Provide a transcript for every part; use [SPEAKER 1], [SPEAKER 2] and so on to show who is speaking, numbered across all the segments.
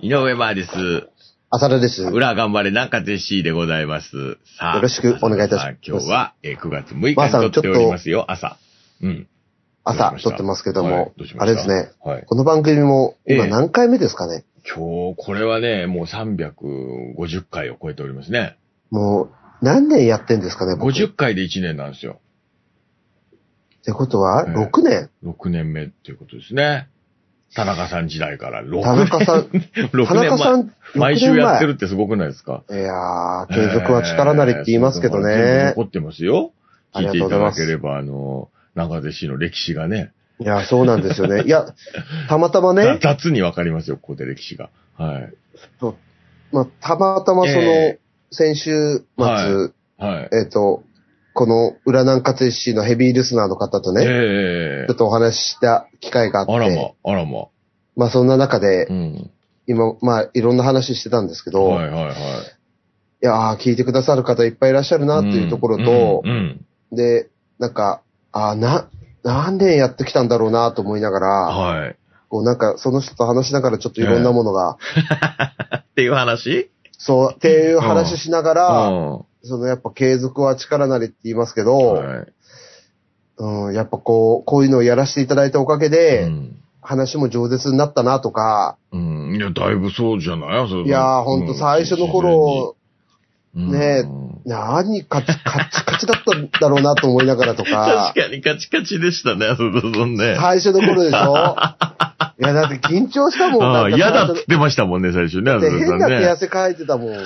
[SPEAKER 1] 井上まーです。
[SPEAKER 2] 浅田です。よ
[SPEAKER 1] 裏頑張れ中手 C でございます。さあ。
[SPEAKER 2] ろしくお願いいたします。
[SPEAKER 1] 今日は、えー9月6日に撮っておりますよ、朝。うん。
[SPEAKER 2] 朝撮ってますけど
[SPEAKER 1] はい
[SPEAKER 2] も、
[SPEAKER 1] どうしま
[SPEAKER 2] あ
[SPEAKER 1] した
[SPEAKER 2] れですね、
[SPEAKER 1] はい。
[SPEAKER 2] この番組も
[SPEAKER 1] え
[SPEAKER 2] 今
[SPEAKER 1] え
[SPEAKER 2] 何回目ですかね、
[SPEAKER 1] 今日、これはね、もう350回を超えておりますね。
[SPEAKER 2] もう何年やってんですかね僕っ
[SPEAKER 1] 50回で1年なんですよ。
[SPEAKER 2] てことは、
[SPEAKER 1] ええ
[SPEAKER 2] 6年、
[SPEAKER 1] 6年目っていうことですね。田中さん時代から6
[SPEAKER 2] 田 中さん、
[SPEAKER 1] 年。
[SPEAKER 2] 田中さん、
[SPEAKER 1] 毎
[SPEAKER 2] 6
[SPEAKER 1] 週
[SPEAKER 2] 年前
[SPEAKER 1] やってるってすごくないですか
[SPEAKER 2] いやー、継続は力なりって言いますけど
[SPEAKER 1] えー全部
[SPEAKER 2] ね。
[SPEAKER 1] 残ってますよ。聞
[SPEAKER 2] あり
[SPEAKER 1] い
[SPEAKER 2] が
[SPEAKER 1] て
[SPEAKER 2] とう
[SPEAKER 1] い
[SPEAKER 2] ござ
[SPEAKER 1] た
[SPEAKER 2] い
[SPEAKER 1] だ
[SPEAKER 2] ま
[SPEAKER 1] け
[SPEAKER 2] す
[SPEAKER 1] れば、あの、中瀬氏の歴史がね、
[SPEAKER 2] いや、そうなんですよね。い や、たまたま
[SPEAKER 1] ざ
[SPEAKER 2] ね、
[SPEAKER 1] 雑にわかりますよ、ここで歴史が。はい。
[SPEAKER 2] まあ、たまたまその、
[SPEAKER 1] え
[SPEAKER 2] 先週末、
[SPEAKER 1] ははい。
[SPEAKER 2] えっ、と、この、裏南葛市のヘビーリスナーの方と
[SPEAKER 1] え
[SPEAKER 2] ね、
[SPEAKER 1] え
[SPEAKER 2] ちょっとお話しした機会があって、
[SPEAKER 1] あらま、あらま。
[SPEAKER 2] まあそんな中で、
[SPEAKER 1] うん。
[SPEAKER 2] 今、まあいろんな話してたんですけど、
[SPEAKER 1] はい
[SPEAKER 2] い、
[SPEAKER 1] はいはい。
[SPEAKER 2] やー聞いてくださる方いっぱいいらっしゃるなっていうところと、
[SPEAKER 1] うんうん。
[SPEAKER 2] で、なんか、あーな、何年やってきたんだろうなと思いなが
[SPEAKER 1] うん
[SPEAKER 2] ら、
[SPEAKER 1] はい。
[SPEAKER 2] こうなんかその人と話しながらちょっといろんなものが、
[SPEAKER 1] っていう話
[SPEAKER 2] そう、っていう話しながら、
[SPEAKER 1] うん
[SPEAKER 2] そのやっぱ継続は力なりって言いますけど、
[SPEAKER 1] はい
[SPEAKER 2] うん、やっぱこう、こういうのをやらせていただいたおかげで、
[SPEAKER 1] うん
[SPEAKER 2] 話も饒舌になったなとか、
[SPEAKER 1] うん。いや、だいぶそうじゃないそれ
[SPEAKER 2] いやーほんと最初の頃、、
[SPEAKER 1] うん
[SPEAKER 2] ねえ何カチ、カチカチだったんだろうなと思いながらとか
[SPEAKER 1] 確、かにカチカチでしたね、そのそのね。
[SPEAKER 2] 最初の 頃でしょいや、だって緊張したもん。
[SPEAKER 1] あ
[SPEAKER 2] な
[SPEAKER 1] あ
[SPEAKER 2] んか
[SPEAKER 1] 嫌だっ
[SPEAKER 2] だ
[SPEAKER 1] つってましたもんね、最初ね、
[SPEAKER 2] って
[SPEAKER 1] 浅田さ
[SPEAKER 2] 変
[SPEAKER 1] ん
[SPEAKER 2] な手
[SPEAKER 1] ね。
[SPEAKER 2] 汗かいてたもん。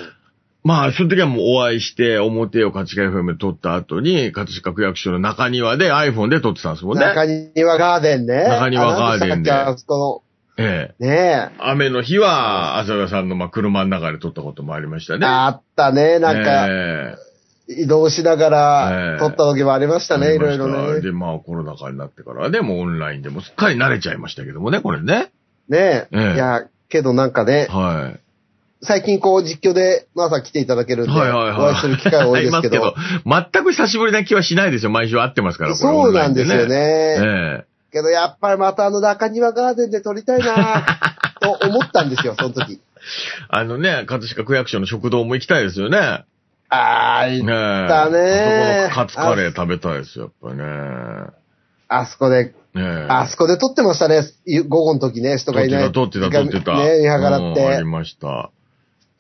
[SPEAKER 1] まあ、その時はもうお会いして、表を勝ち会 FM 撮った後に、葛飾区役所の中庭で iPhone で撮ってたんですもんね。
[SPEAKER 2] 中庭ガーデンね。
[SPEAKER 1] 中庭ガーデンで
[SPEAKER 2] あなんしたっけあそこ
[SPEAKER 1] ええ。
[SPEAKER 2] の、ねえ。
[SPEAKER 1] 雨の日は、浅田さんの、まあ、車の中で撮ったこともありましたね。
[SPEAKER 2] あったね。なんか、
[SPEAKER 1] ええ
[SPEAKER 2] 移動しなが
[SPEAKER 1] ええ
[SPEAKER 2] ら、撮った時もありました
[SPEAKER 1] あ
[SPEAKER 2] ね、
[SPEAKER 1] り
[SPEAKER 2] い
[SPEAKER 1] ま
[SPEAKER 2] ろ
[SPEAKER 1] し
[SPEAKER 2] い
[SPEAKER 1] た
[SPEAKER 2] ろね。
[SPEAKER 1] で、まあ、コロナ禍になってからはね、もうオンラインでもすっかり慣れちゃいましたけどもね、これね。
[SPEAKER 2] ねえ。
[SPEAKER 1] ええ
[SPEAKER 2] いや、けどなんかね、
[SPEAKER 1] はい。
[SPEAKER 2] 最近こう実況で、まあさん来ていただけるんで、お
[SPEAKER 1] はいはいはい。
[SPEAKER 2] 会いする機会多いです け
[SPEAKER 1] あ
[SPEAKER 2] ど
[SPEAKER 1] り。ますけど全く久しぶりな気はしないですよ。毎週会ってますから、これ
[SPEAKER 2] そうなんですよ。
[SPEAKER 1] オン
[SPEAKER 2] ね。
[SPEAKER 1] ラインでね
[SPEAKER 2] けどやっぱりまたあの中庭ガーデンで撮りたいなぁと思ったんですよ、その時。
[SPEAKER 1] ええあのね、葛飾区役所の食堂も行きたいですよね。
[SPEAKER 2] あ
[SPEAKER 1] ねえ。
[SPEAKER 2] ー、
[SPEAKER 1] だ
[SPEAKER 2] たね
[SPEAKER 1] カツカレー食べたいですよ、やっぱ
[SPEAKER 2] あそこで、
[SPEAKER 1] りね。ねえ。
[SPEAKER 2] あそこで撮ってましたね、ゆ午後の時ね、人がいない。
[SPEAKER 1] 撮ってた、撮ってた、撮ってた。
[SPEAKER 2] ね、見計らっ
[SPEAKER 1] うんあり
[SPEAKER 2] て。
[SPEAKER 1] ました。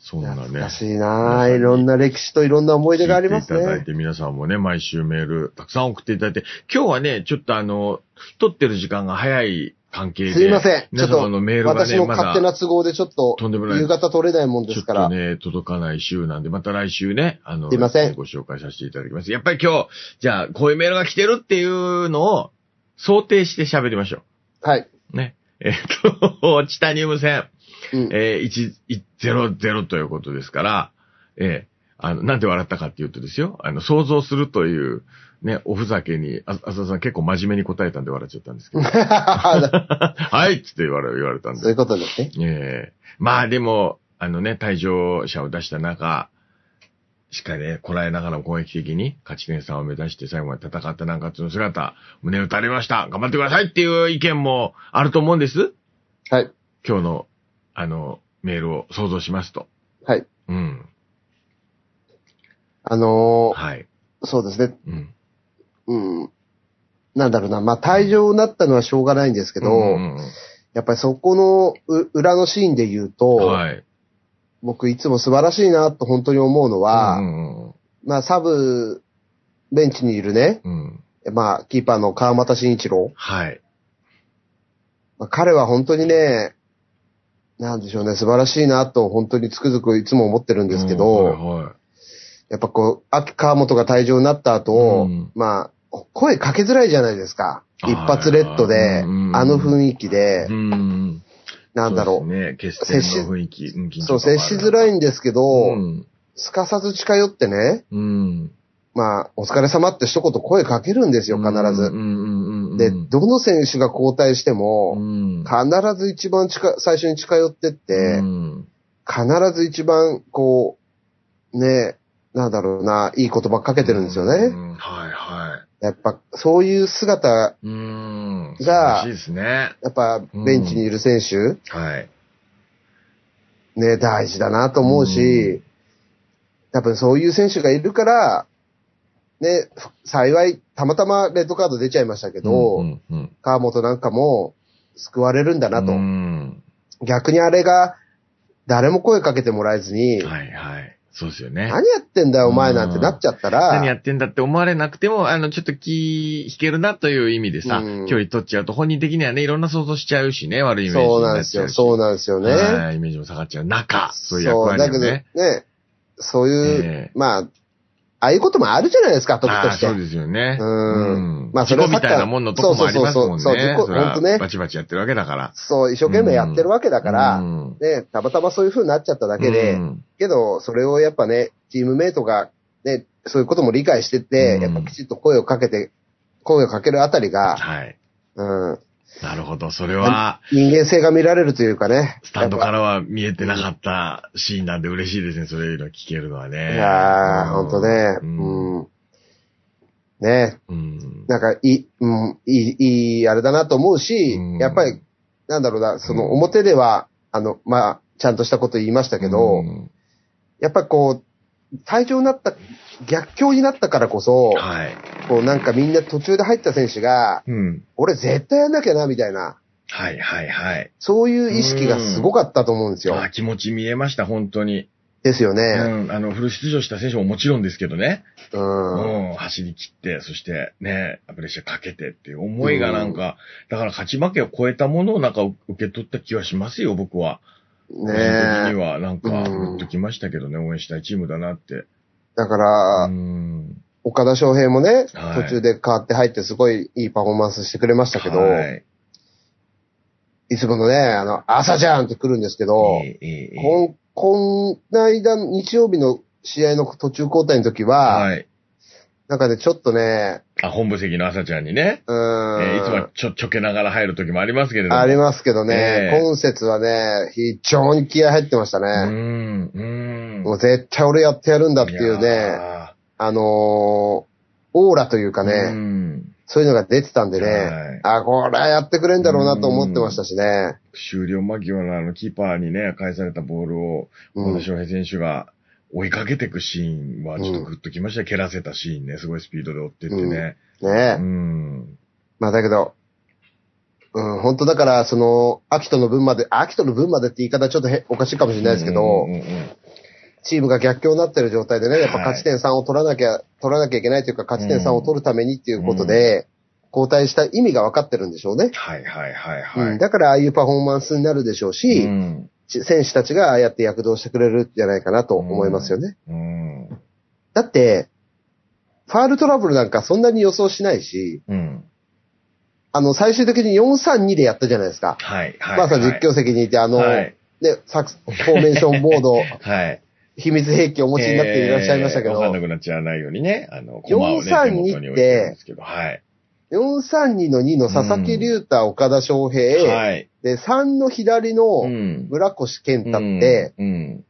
[SPEAKER 1] そんな
[SPEAKER 2] 懐
[SPEAKER 1] ね
[SPEAKER 2] か。しいなぁ、いろんな歴史といろんな思い出があります
[SPEAKER 1] 聞いていただい
[SPEAKER 2] ね。
[SPEAKER 1] て、皆さんもね、毎週メール、たくさん送っていただいて、今日はね、ちょっとあの、撮ってる時間が早い関係で。
[SPEAKER 2] すいません。ちょ
[SPEAKER 1] 皆
[SPEAKER 2] っと
[SPEAKER 1] 様のメー、ルがね、
[SPEAKER 2] 私の
[SPEAKER 1] まだ
[SPEAKER 2] 勝手な都合でちょっと、
[SPEAKER 1] とんでもない
[SPEAKER 2] 夕方撮れないもんで
[SPEAKER 1] ちょ
[SPEAKER 2] す
[SPEAKER 1] っ
[SPEAKER 2] か
[SPEAKER 1] と
[SPEAKER 2] ら。
[SPEAKER 1] ね、届かない週なんで、また来週ね、あの、
[SPEAKER 2] すいません
[SPEAKER 1] ご紹介させていただきます。やっぱり今日、じゃあ、こういうメールが来てるっていうのを想定して喋りましょ
[SPEAKER 2] はい。
[SPEAKER 1] う。ね。 えっと、チタニウム線、
[SPEAKER 2] うん
[SPEAKER 1] えー、1100ということですから、えーあの、なんで笑ったかっていうとですよ、あの、想像するという、ね、おふざけに、あ、浅田さん結構真面目に答えたんで笑っちゃったん ですけど、はいっつって言われ、言われたんで
[SPEAKER 2] そういうことですね。
[SPEAKER 1] ええまあでも、あのね、退場者を出した中、しっかりね、こらえながらも攻撃的に勝ち点3を目指して最後まで戦った南葛の姿、胸打たれました。頑張ってくださいっていう意見もあると思うんです。
[SPEAKER 2] はい。
[SPEAKER 1] 今日の、あの、メールを想像しますと。
[SPEAKER 2] はい。
[SPEAKER 1] うん。
[SPEAKER 2] あの
[SPEAKER 1] はい。
[SPEAKER 2] ー、そうですね。
[SPEAKER 1] うん。
[SPEAKER 2] うん。なんだろうな。まあ、退場になったのはしょうがないんですけど、
[SPEAKER 1] うんうん
[SPEAKER 2] やっぱりそこのう裏のシーンで言うと、
[SPEAKER 1] うんはい。
[SPEAKER 2] 僕いつも素晴らしいなと本当に思うのは、
[SPEAKER 1] うんうん
[SPEAKER 2] まあ、サブベンチにいるね、
[SPEAKER 1] うんうん。
[SPEAKER 2] まあ、キーパーの川又慎一郎。
[SPEAKER 1] はい。
[SPEAKER 2] まあ、彼は本当にね、なんでしょうね、素晴らしいなと本当につくづくいつも思ってるんですけど、
[SPEAKER 1] うんはいはい
[SPEAKER 2] やっぱこう、あ川本が退場になった
[SPEAKER 1] う
[SPEAKER 2] 後、
[SPEAKER 1] ん
[SPEAKER 2] まあ、声かけづらいじゃないですか。
[SPEAKER 1] はい
[SPEAKER 2] 一発レッドで、
[SPEAKER 1] うんうんうん
[SPEAKER 2] あの雰囲気で、
[SPEAKER 1] うん。
[SPEAKER 2] なんだろう。
[SPEAKER 1] そうですね。決戦の雰囲気。ん緊張
[SPEAKER 2] そう、接しづ
[SPEAKER 1] い
[SPEAKER 2] らいんですけど、
[SPEAKER 1] うん。
[SPEAKER 2] すかさず近寄ってね、
[SPEAKER 1] うん。
[SPEAKER 2] まあ、お疲れ様って一言声かけるんですよ、必
[SPEAKER 1] うん
[SPEAKER 2] ず。
[SPEAKER 1] うんうんうん、
[SPEAKER 2] で、どの選手が交代しても、
[SPEAKER 1] うん、
[SPEAKER 2] 必ず一番近、最初に近寄ってって
[SPEAKER 1] う、ん
[SPEAKER 2] 必ず一番、こう、ね、なんだろうな、いい言葉かけてるんですよ
[SPEAKER 1] う
[SPEAKER 2] ね。
[SPEAKER 1] んはいは
[SPEAKER 2] やっぱ、そういう姿、
[SPEAKER 1] い。うん。
[SPEAKER 2] が
[SPEAKER 1] 素晴らしいですね。
[SPEAKER 2] やっぱ、ベンチにいる選手、
[SPEAKER 1] はい。
[SPEAKER 2] ね、大事だなと思うし、多分そういう選手がいるから、ね、幸い、たまたまレッドカード出ちゃいましたけど、
[SPEAKER 1] うんうんうん、
[SPEAKER 2] 川本なんかも救われるんだなと。
[SPEAKER 1] うん
[SPEAKER 2] 逆にあれが、誰も声かけてもらえずに、
[SPEAKER 1] はいはい。そうですよね。
[SPEAKER 2] 何やってんだよ、お前なんてなっちゃったら、
[SPEAKER 1] 何やってんだって思われなくても、あの、ちょっと気引けるなという意味でさ、
[SPEAKER 2] うん
[SPEAKER 1] 距離取っちゃうと本人的にはね、いろんな想像しちゃうしね、悪いイメージ
[SPEAKER 2] そう
[SPEAKER 1] に
[SPEAKER 2] なん
[SPEAKER 1] な
[SPEAKER 2] で
[SPEAKER 1] っ
[SPEAKER 2] す
[SPEAKER 1] ちゃう
[SPEAKER 2] よ、
[SPEAKER 1] し。
[SPEAKER 2] そうなんですよね。
[SPEAKER 1] はい、イメージも下がっちゃう中、そういう役割
[SPEAKER 2] だ
[SPEAKER 1] だ
[SPEAKER 2] けど
[SPEAKER 1] よ
[SPEAKER 2] ね
[SPEAKER 1] ね。、
[SPEAKER 2] そういう、
[SPEAKER 1] ええ
[SPEAKER 2] まあ、ああいうこともあるじゃないですか、時と
[SPEAKER 1] ああ、
[SPEAKER 2] して。
[SPEAKER 1] そうですよね。
[SPEAKER 2] うん
[SPEAKER 1] ま
[SPEAKER 2] まあ
[SPEAKER 1] あ、
[SPEAKER 2] そ
[SPEAKER 1] そ
[SPEAKER 2] れ
[SPEAKER 1] れみ
[SPEAKER 2] はサッカー
[SPEAKER 1] たいなもんのとこもありますもんね。
[SPEAKER 2] そ
[SPEAKER 1] そう
[SPEAKER 2] そうそうそう自己
[SPEAKER 1] れは
[SPEAKER 2] ほんとね
[SPEAKER 1] バチバチやってるわけだから。
[SPEAKER 2] そう、一生懸命やってるわけだから、
[SPEAKER 1] うん
[SPEAKER 2] ね、たまたまそういう風になっちゃっただけで、
[SPEAKER 1] うん
[SPEAKER 2] けど、それをやっぱね、チームメイトが、ね、そういうことも理解してて、
[SPEAKER 1] うん
[SPEAKER 2] やっぱきちっと声をかけて、声をかけるあたりが、
[SPEAKER 1] はい。
[SPEAKER 2] うん、
[SPEAKER 1] なるほど。それは、
[SPEAKER 2] 人間性が見られるというかね。
[SPEAKER 1] スタンド
[SPEAKER 2] やっ
[SPEAKER 1] からは見えてなかったシーンなんで嬉しいですね。それいうの聞けるのは
[SPEAKER 2] ぱ
[SPEAKER 1] ね。
[SPEAKER 2] いやー、ほんとね、う
[SPEAKER 1] うん
[SPEAKER 2] ん。ね、
[SPEAKER 1] うん。
[SPEAKER 2] なんか、いい、うん、いい、いい、あれだなと思うし、
[SPEAKER 1] うん
[SPEAKER 2] やっぱり、なんだろうな、その
[SPEAKER 1] うん
[SPEAKER 2] 表では、あの、まあ、ちゃんとしたこと言いましたけど、
[SPEAKER 1] うん
[SPEAKER 2] やっぱこう、退場になった、逆境になったからこそ、
[SPEAKER 1] はい。
[SPEAKER 2] こうなんかみんな途中で入った選手が、
[SPEAKER 1] うん。
[SPEAKER 2] 俺絶対やんなきゃな、みたいな、
[SPEAKER 1] はいはいはい。
[SPEAKER 2] そういう意識がすごかったと思うんですよ。
[SPEAKER 1] あ気持ち見えました、本当に。
[SPEAKER 2] ですよ
[SPEAKER 1] う
[SPEAKER 2] ね。
[SPEAKER 1] ん。あの、フル出場した選手ももちろんですけどね。
[SPEAKER 2] うん。
[SPEAKER 1] うん。走り切って、そしてね、プレッシャーかけてっていう思いがなんか、だから勝ち負けを超えたものをなんか受け取った気はしますよ、僕は。
[SPEAKER 2] ね
[SPEAKER 1] 個人的
[SPEAKER 2] え。
[SPEAKER 1] にはなんか、
[SPEAKER 2] う
[SPEAKER 1] グ
[SPEAKER 2] ん
[SPEAKER 1] ッときましたけどね、応援したいチームだなって。
[SPEAKER 2] だから、
[SPEAKER 1] うん。
[SPEAKER 2] 岡田翔平もね、
[SPEAKER 1] はい
[SPEAKER 2] 途中で変わって入ってすごいいいパフォーマンスしてくれましたけど、
[SPEAKER 1] はい
[SPEAKER 2] いつものね、あの、朝じゃんって来るんですけど、
[SPEAKER 1] ええええ
[SPEAKER 2] こん、こんな間、日曜日の試合の途中交代の時は、
[SPEAKER 1] はい。
[SPEAKER 2] なんかね、ちょっとね、
[SPEAKER 1] あ、本部席の朝ちゃんにね。
[SPEAKER 2] う
[SPEAKER 1] え
[SPEAKER 2] ー
[SPEAKER 1] ーい
[SPEAKER 2] ん、
[SPEAKER 1] つもはちょ、ちょけながら入る時もありますけれども。
[SPEAKER 2] ありますけどね、
[SPEAKER 1] ええ
[SPEAKER 2] 今節はね、非常に気合入ってました
[SPEAKER 1] う
[SPEAKER 2] ね。
[SPEAKER 1] ん、うん。
[SPEAKER 2] もう絶対俺やってやるんだって
[SPEAKER 1] い
[SPEAKER 2] いうね、
[SPEAKER 1] や
[SPEAKER 2] あのーオーラというか
[SPEAKER 1] ー
[SPEAKER 2] ね、
[SPEAKER 1] うん
[SPEAKER 2] そういうのが出てたんでね、
[SPEAKER 1] はい
[SPEAKER 2] あ、これはやってくれんだろうなと思ってましたしね。
[SPEAKER 1] 終了間際のあの、キーパーにね、返されたボールを、
[SPEAKER 2] うん
[SPEAKER 1] 小田翔平選手が追いかけていくシーンは、ちょっとグッときましたよ蹴らせたシーンね、すごいスピードで追ってってね。
[SPEAKER 2] ね
[SPEAKER 1] うん。
[SPEAKER 2] まあだけど、うん、本当だから、その、秋人の分まで、秋人の分までって言い方ちょっとへおかしいかもしれないですけど、
[SPEAKER 1] うんうんうん
[SPEAKER 2] チームが逆境になってる状態でね、やっぱ勝ち点3を取らなきゃ、取らなきゃいけないというか、勝ち点3を取るためにっていうことで、交代した意味が分かってるんでしょうね。
[SPEAKER 1] はいはいはい
[SPEAKER 2] うん、
[SPEAKER 1] は
[SPEAKER 2] だから、ああいうパフォーマンスになるでしょう
[SPEAKER 1] い。
[SPEAKER 2] し、
[SPEAKER 1] ん。
[SPEAKER 2] ち選手たちがああやって躍動してくれるんじゃないかなと思いますよね。
[SPEAKER 1] うん。
[SPEAKER 2] だって、ファールトラブルなんかそんなに予想しないし、
[SPEAKER 1] うん。
[SPEAKER 2] あの、最終的に4-3-2でやったじゃないですか。
[SPEAKER 1] はいはい。
[SPEAKER 2] まあさ、実況席にいて、あの、
[SPEAKER 1] はい
[SPEAKER 2] ね、サクフォーメーションボード、
[SPEAKER 1] はい。
[SPEAKER 2] 秘密兵器をお持ちになっていらっしゃいましたけ
[SPEAKER 1] えー
[SPEAKER 2] ど、
[SPEAKER 1] わかんなくなっちゃわないようにね、あの、コマをね、手
[SPEAKER 2] 432
[SPEAKER 1] 元に置いてるんですけど、はい。
[SPEAKER 2] 432の2の佐々木隆太、岡田翔平、
[SPEAKER 1] はい。
[SPEAKER 2] で、3の左の
[SPEAKER 1] ん
[SPEAKER 2] 村越健太って、、
[SPEAKER 1] うん。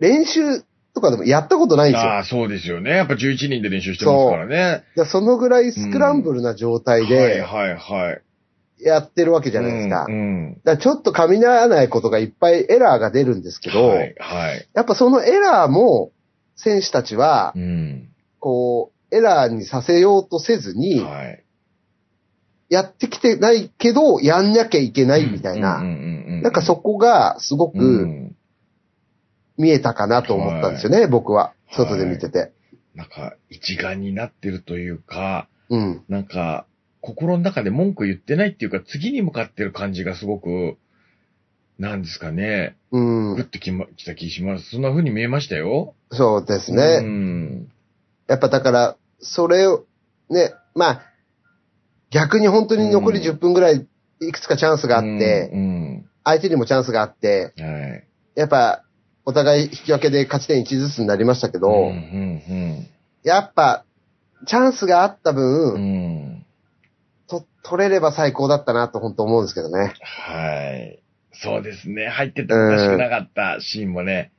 [SPEAKER 2] 練習とかでもやったことないんですよ。だか
[SPEAKER 1] ああ、そうですよね。やっぱ11人で練習してますからね。
[SPEAKER 2] らそのぐらいスクランブルな状態
[SPEAKER 1] はい
[SPEAKER 2] で
[SPEAKER 1] はいはい。
[SPEAKER 2] やってるわけじゃないですか。
[SPEAKER 1] うんうん。
[SPEAKER 2] だからちょっと噛み合わないことがいっぱいエラーが出るんですけど、
[SPEAKER 1] はいはい。
[SPEAKER 2] やっぱそのエラーも選手たちは
[SPEAKER 1] う、ん。
[SPEAKER 2] こう、エラーにさせようとせずに、
[SPEAKER 1] はい。
[SPEAKER 2] やってきてないけど、やんなきゃいけないみたいな、
[SPEAKER 1] うんうんうんうん
[SPEAKER 2] なんかそこがすごく、
[SPEAKER 1] うん
[SPEAKER 2] 見えたかなと思ったんですよね、僕は。外で見てて。
[SPEAKER 1] なんか一丸になってるというか、
[SPEAKER 2] うん。
[SPEAKER 1] なんか心の中で文句言ってないっていうか、次に向かってる感じがすごく、なんですかね。
[SPEAKER 2] う
[SPEAKER 1] グ
[SPEAKER 2] ん。
[SPEAKER 1] ッときま、きた気します。そんな風に見えましたよ。
[SPEAKER 2] そうです
[SPEAKER 1] う
[SPEAKER 2] ね。
[SPEAKER 1] ん。
[SPEAKER 2] やっぱだから、それを、ね、まあ、逆に本当に残り
[SPEAKER 1] うん
[SPEAKER 2] 10分ぐらい、いくつかチャンスがあって、
[SPEAKER 1] うん。
[SPEAKER 2] 相手にもチャンスがあって、
[SPEAKER 1] うんはい。
[SPEAKER 2] やっぱ、お互い引き分けで勝ち点1ずつになりましたけど、
[SPEAKER 1] ん
[SPEAKER 2] やっぱ、チャンスがあった
[SPEAKER 1] うんう
[SPEAKER 2] 分、
[SPEAKER 1] ん。うん。
[SPEAKER 2] と、取れれば最高だったなと本当思うんですけどね。
[SPEAKER 1] はい。そうですね。入ってたらしくなかったシーンもね、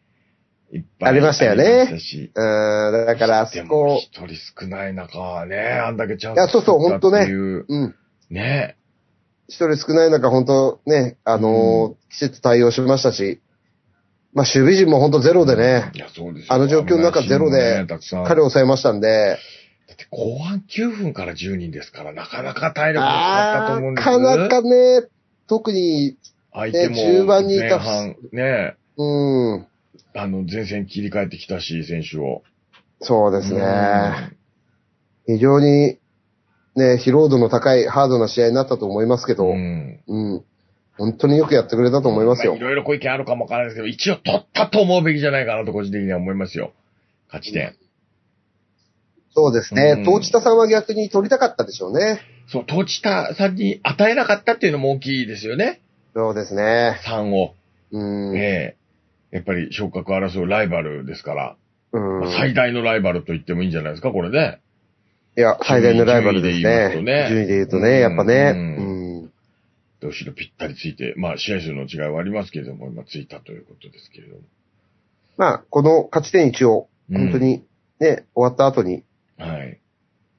[SPEAKER 1] いっぱい
[SPEAKER 2] ありましたよね
[SPEAKER 1] ありましたし
[SPEAKER 2] うーん、だからあそ
[SPEAKER 1] でも
[SPEAKER 2] こ、
[SPEAKER 1] 一人少ない中ね、あんだけチャンス
[SPEAKER 2] いやそうそう
[SPEAKER 1] 作ったっていう。
[SPEAKER 2] うん、
[SPEAKER 1] ね。
[SPEAKER 2] 一人少ない中、本当ね、あのー季節対応しましたし、まあ、守備陣も本当ゼロでね、
[SPEAKER 1] いや、そうですよ
[SPEAKER 2] あの状況の中ゼロで
[SPEAKER 1] ねたくさん
[SPEAKER 2] 彼を抑えましたんで、
[SPEAKER 1] だって後半9分から10人ですから、なかなか体力も使ったと
[SPEAKER 2] ああ
[SPEAKER 1] 思うん
[SPEAKER 2] ー、
[SPEAKER 1] で
[SPEAKER 2] な
[SPEAKER 1] す
[SPEAKER 2] かなかね、特に、
[SPEAKER 1] 相手も
[SPEAKER 2] ね中盤にいた
[SPEAKER 1] 前半ね、
[SPEAKER 2] うん、
[SPEAKER 1] あの、前線切り替えてきたし、選手を。
[SPEAKER 2] そうです
[SPEAKER 1] う
[SPEAKER 2] ね。
[SPEAKER 1] ん
[SPEAKER 2] 非常に、ね、疲労度の高いハードな試合になったと思いますけど、
[SPEAKER 1] うん。
[SPEAKER 2] うん。本当によくやってくれたと思いますよ
[SPEAKER 1] あい。ろいろご意見あるかもわからないですけど、一応取ったと思うべきじゃないかなと、個人的には思いますよ。勝ち点。
[SPEAKER 2] そうですね
[SPEAKER 1] う。ん
[SPEAKER 2] トーチタさんは逆に取りたかったでしょうね。
[SPEAKER 1] そう、トチタさんに与えなかったっていうのも大きいですよね。
[SPEAKER 2] そうですね。
[SPEAKER 1] 3を。
[SPEAKER 2] うん。
[SPEAKER 1] ええやっぱり昇格争うライバルですから、
[SPEAKER 2] うん
[SPEAKER 1] まあ最大のライバルと言ってもいいんじゃないですか、これね。
[SPEAKER 2] いや、最大のライバルですね。
[SPEAKER 1] 順位
[SPEAKER 2] 順位
[SPEAKER 1] で言
[SPEAKER 2] で言
[SPEAKER 1] う
[SPEAKER 2] う
[SPEAKER 1] と
[SPEAKER 2] と
[SPEAKER 1] ね
[SPEAKER 2] ね、やっぱね。
[SPEAKER 1] う
[SPEAKER 2] うんん。
[SPEAKER 1] で後ろぴったりついて、まあ、試合数の違いはありますけれども、今ついたということですけれども。
[SPEAKER 2] まあ、この勝ち点一を、
[SPEAKER 1] うん
[SPEAKER 2] 本当にね、終わった後に、
[SPEAKER 1] はい。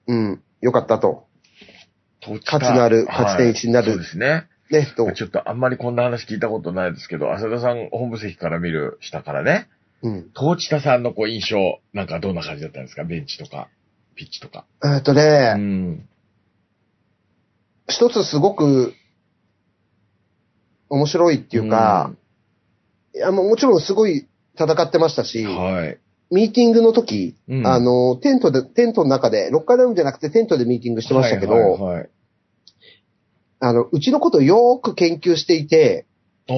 [SPEAKER 2] うん、良かったと。
[SPEAKER 1] 価
[SPEAKER 2] 価値のある勝ち点一になる
[SPEAKER 1] そうですね。
[SPEAKER 2] ね、と。
[SPEAKER 1] ちょっとあんまりこんな話聞いたことないですけど、浅田さん本部席から見る、下からね、
[SPEAKER 2] うん。
[SPEAKER 1] 東地田さんのこう印象、なんかどんな感じだったんですかベンチとか、ピッチとか。
[SPEAKER 2] えっと
[SPEAKER 1] う
[SPEAKER 2] ね、
[SPEAKER 1] ん。
[SPEAKER 2] 一つすごく、面白いっていうか、いや、もうもちろんすごい戦ってました
[SPEAKER 1] う
[SPEAKER 2] し、
[SPEAKER 1] ん、はい。
[SPEAKER 2] ミーティングの時、
[SPEAKER 1] うん
[SPEAKER 2] あの、テントで、テントの中で、ロッカールームじゃなくてテントでミーティングしてましたけど、
[SPEAKER 1] はいはいはい
[SPEAKER 2] あの、うちのことをよーく研究していて、
[SPEAKER 1] ああ、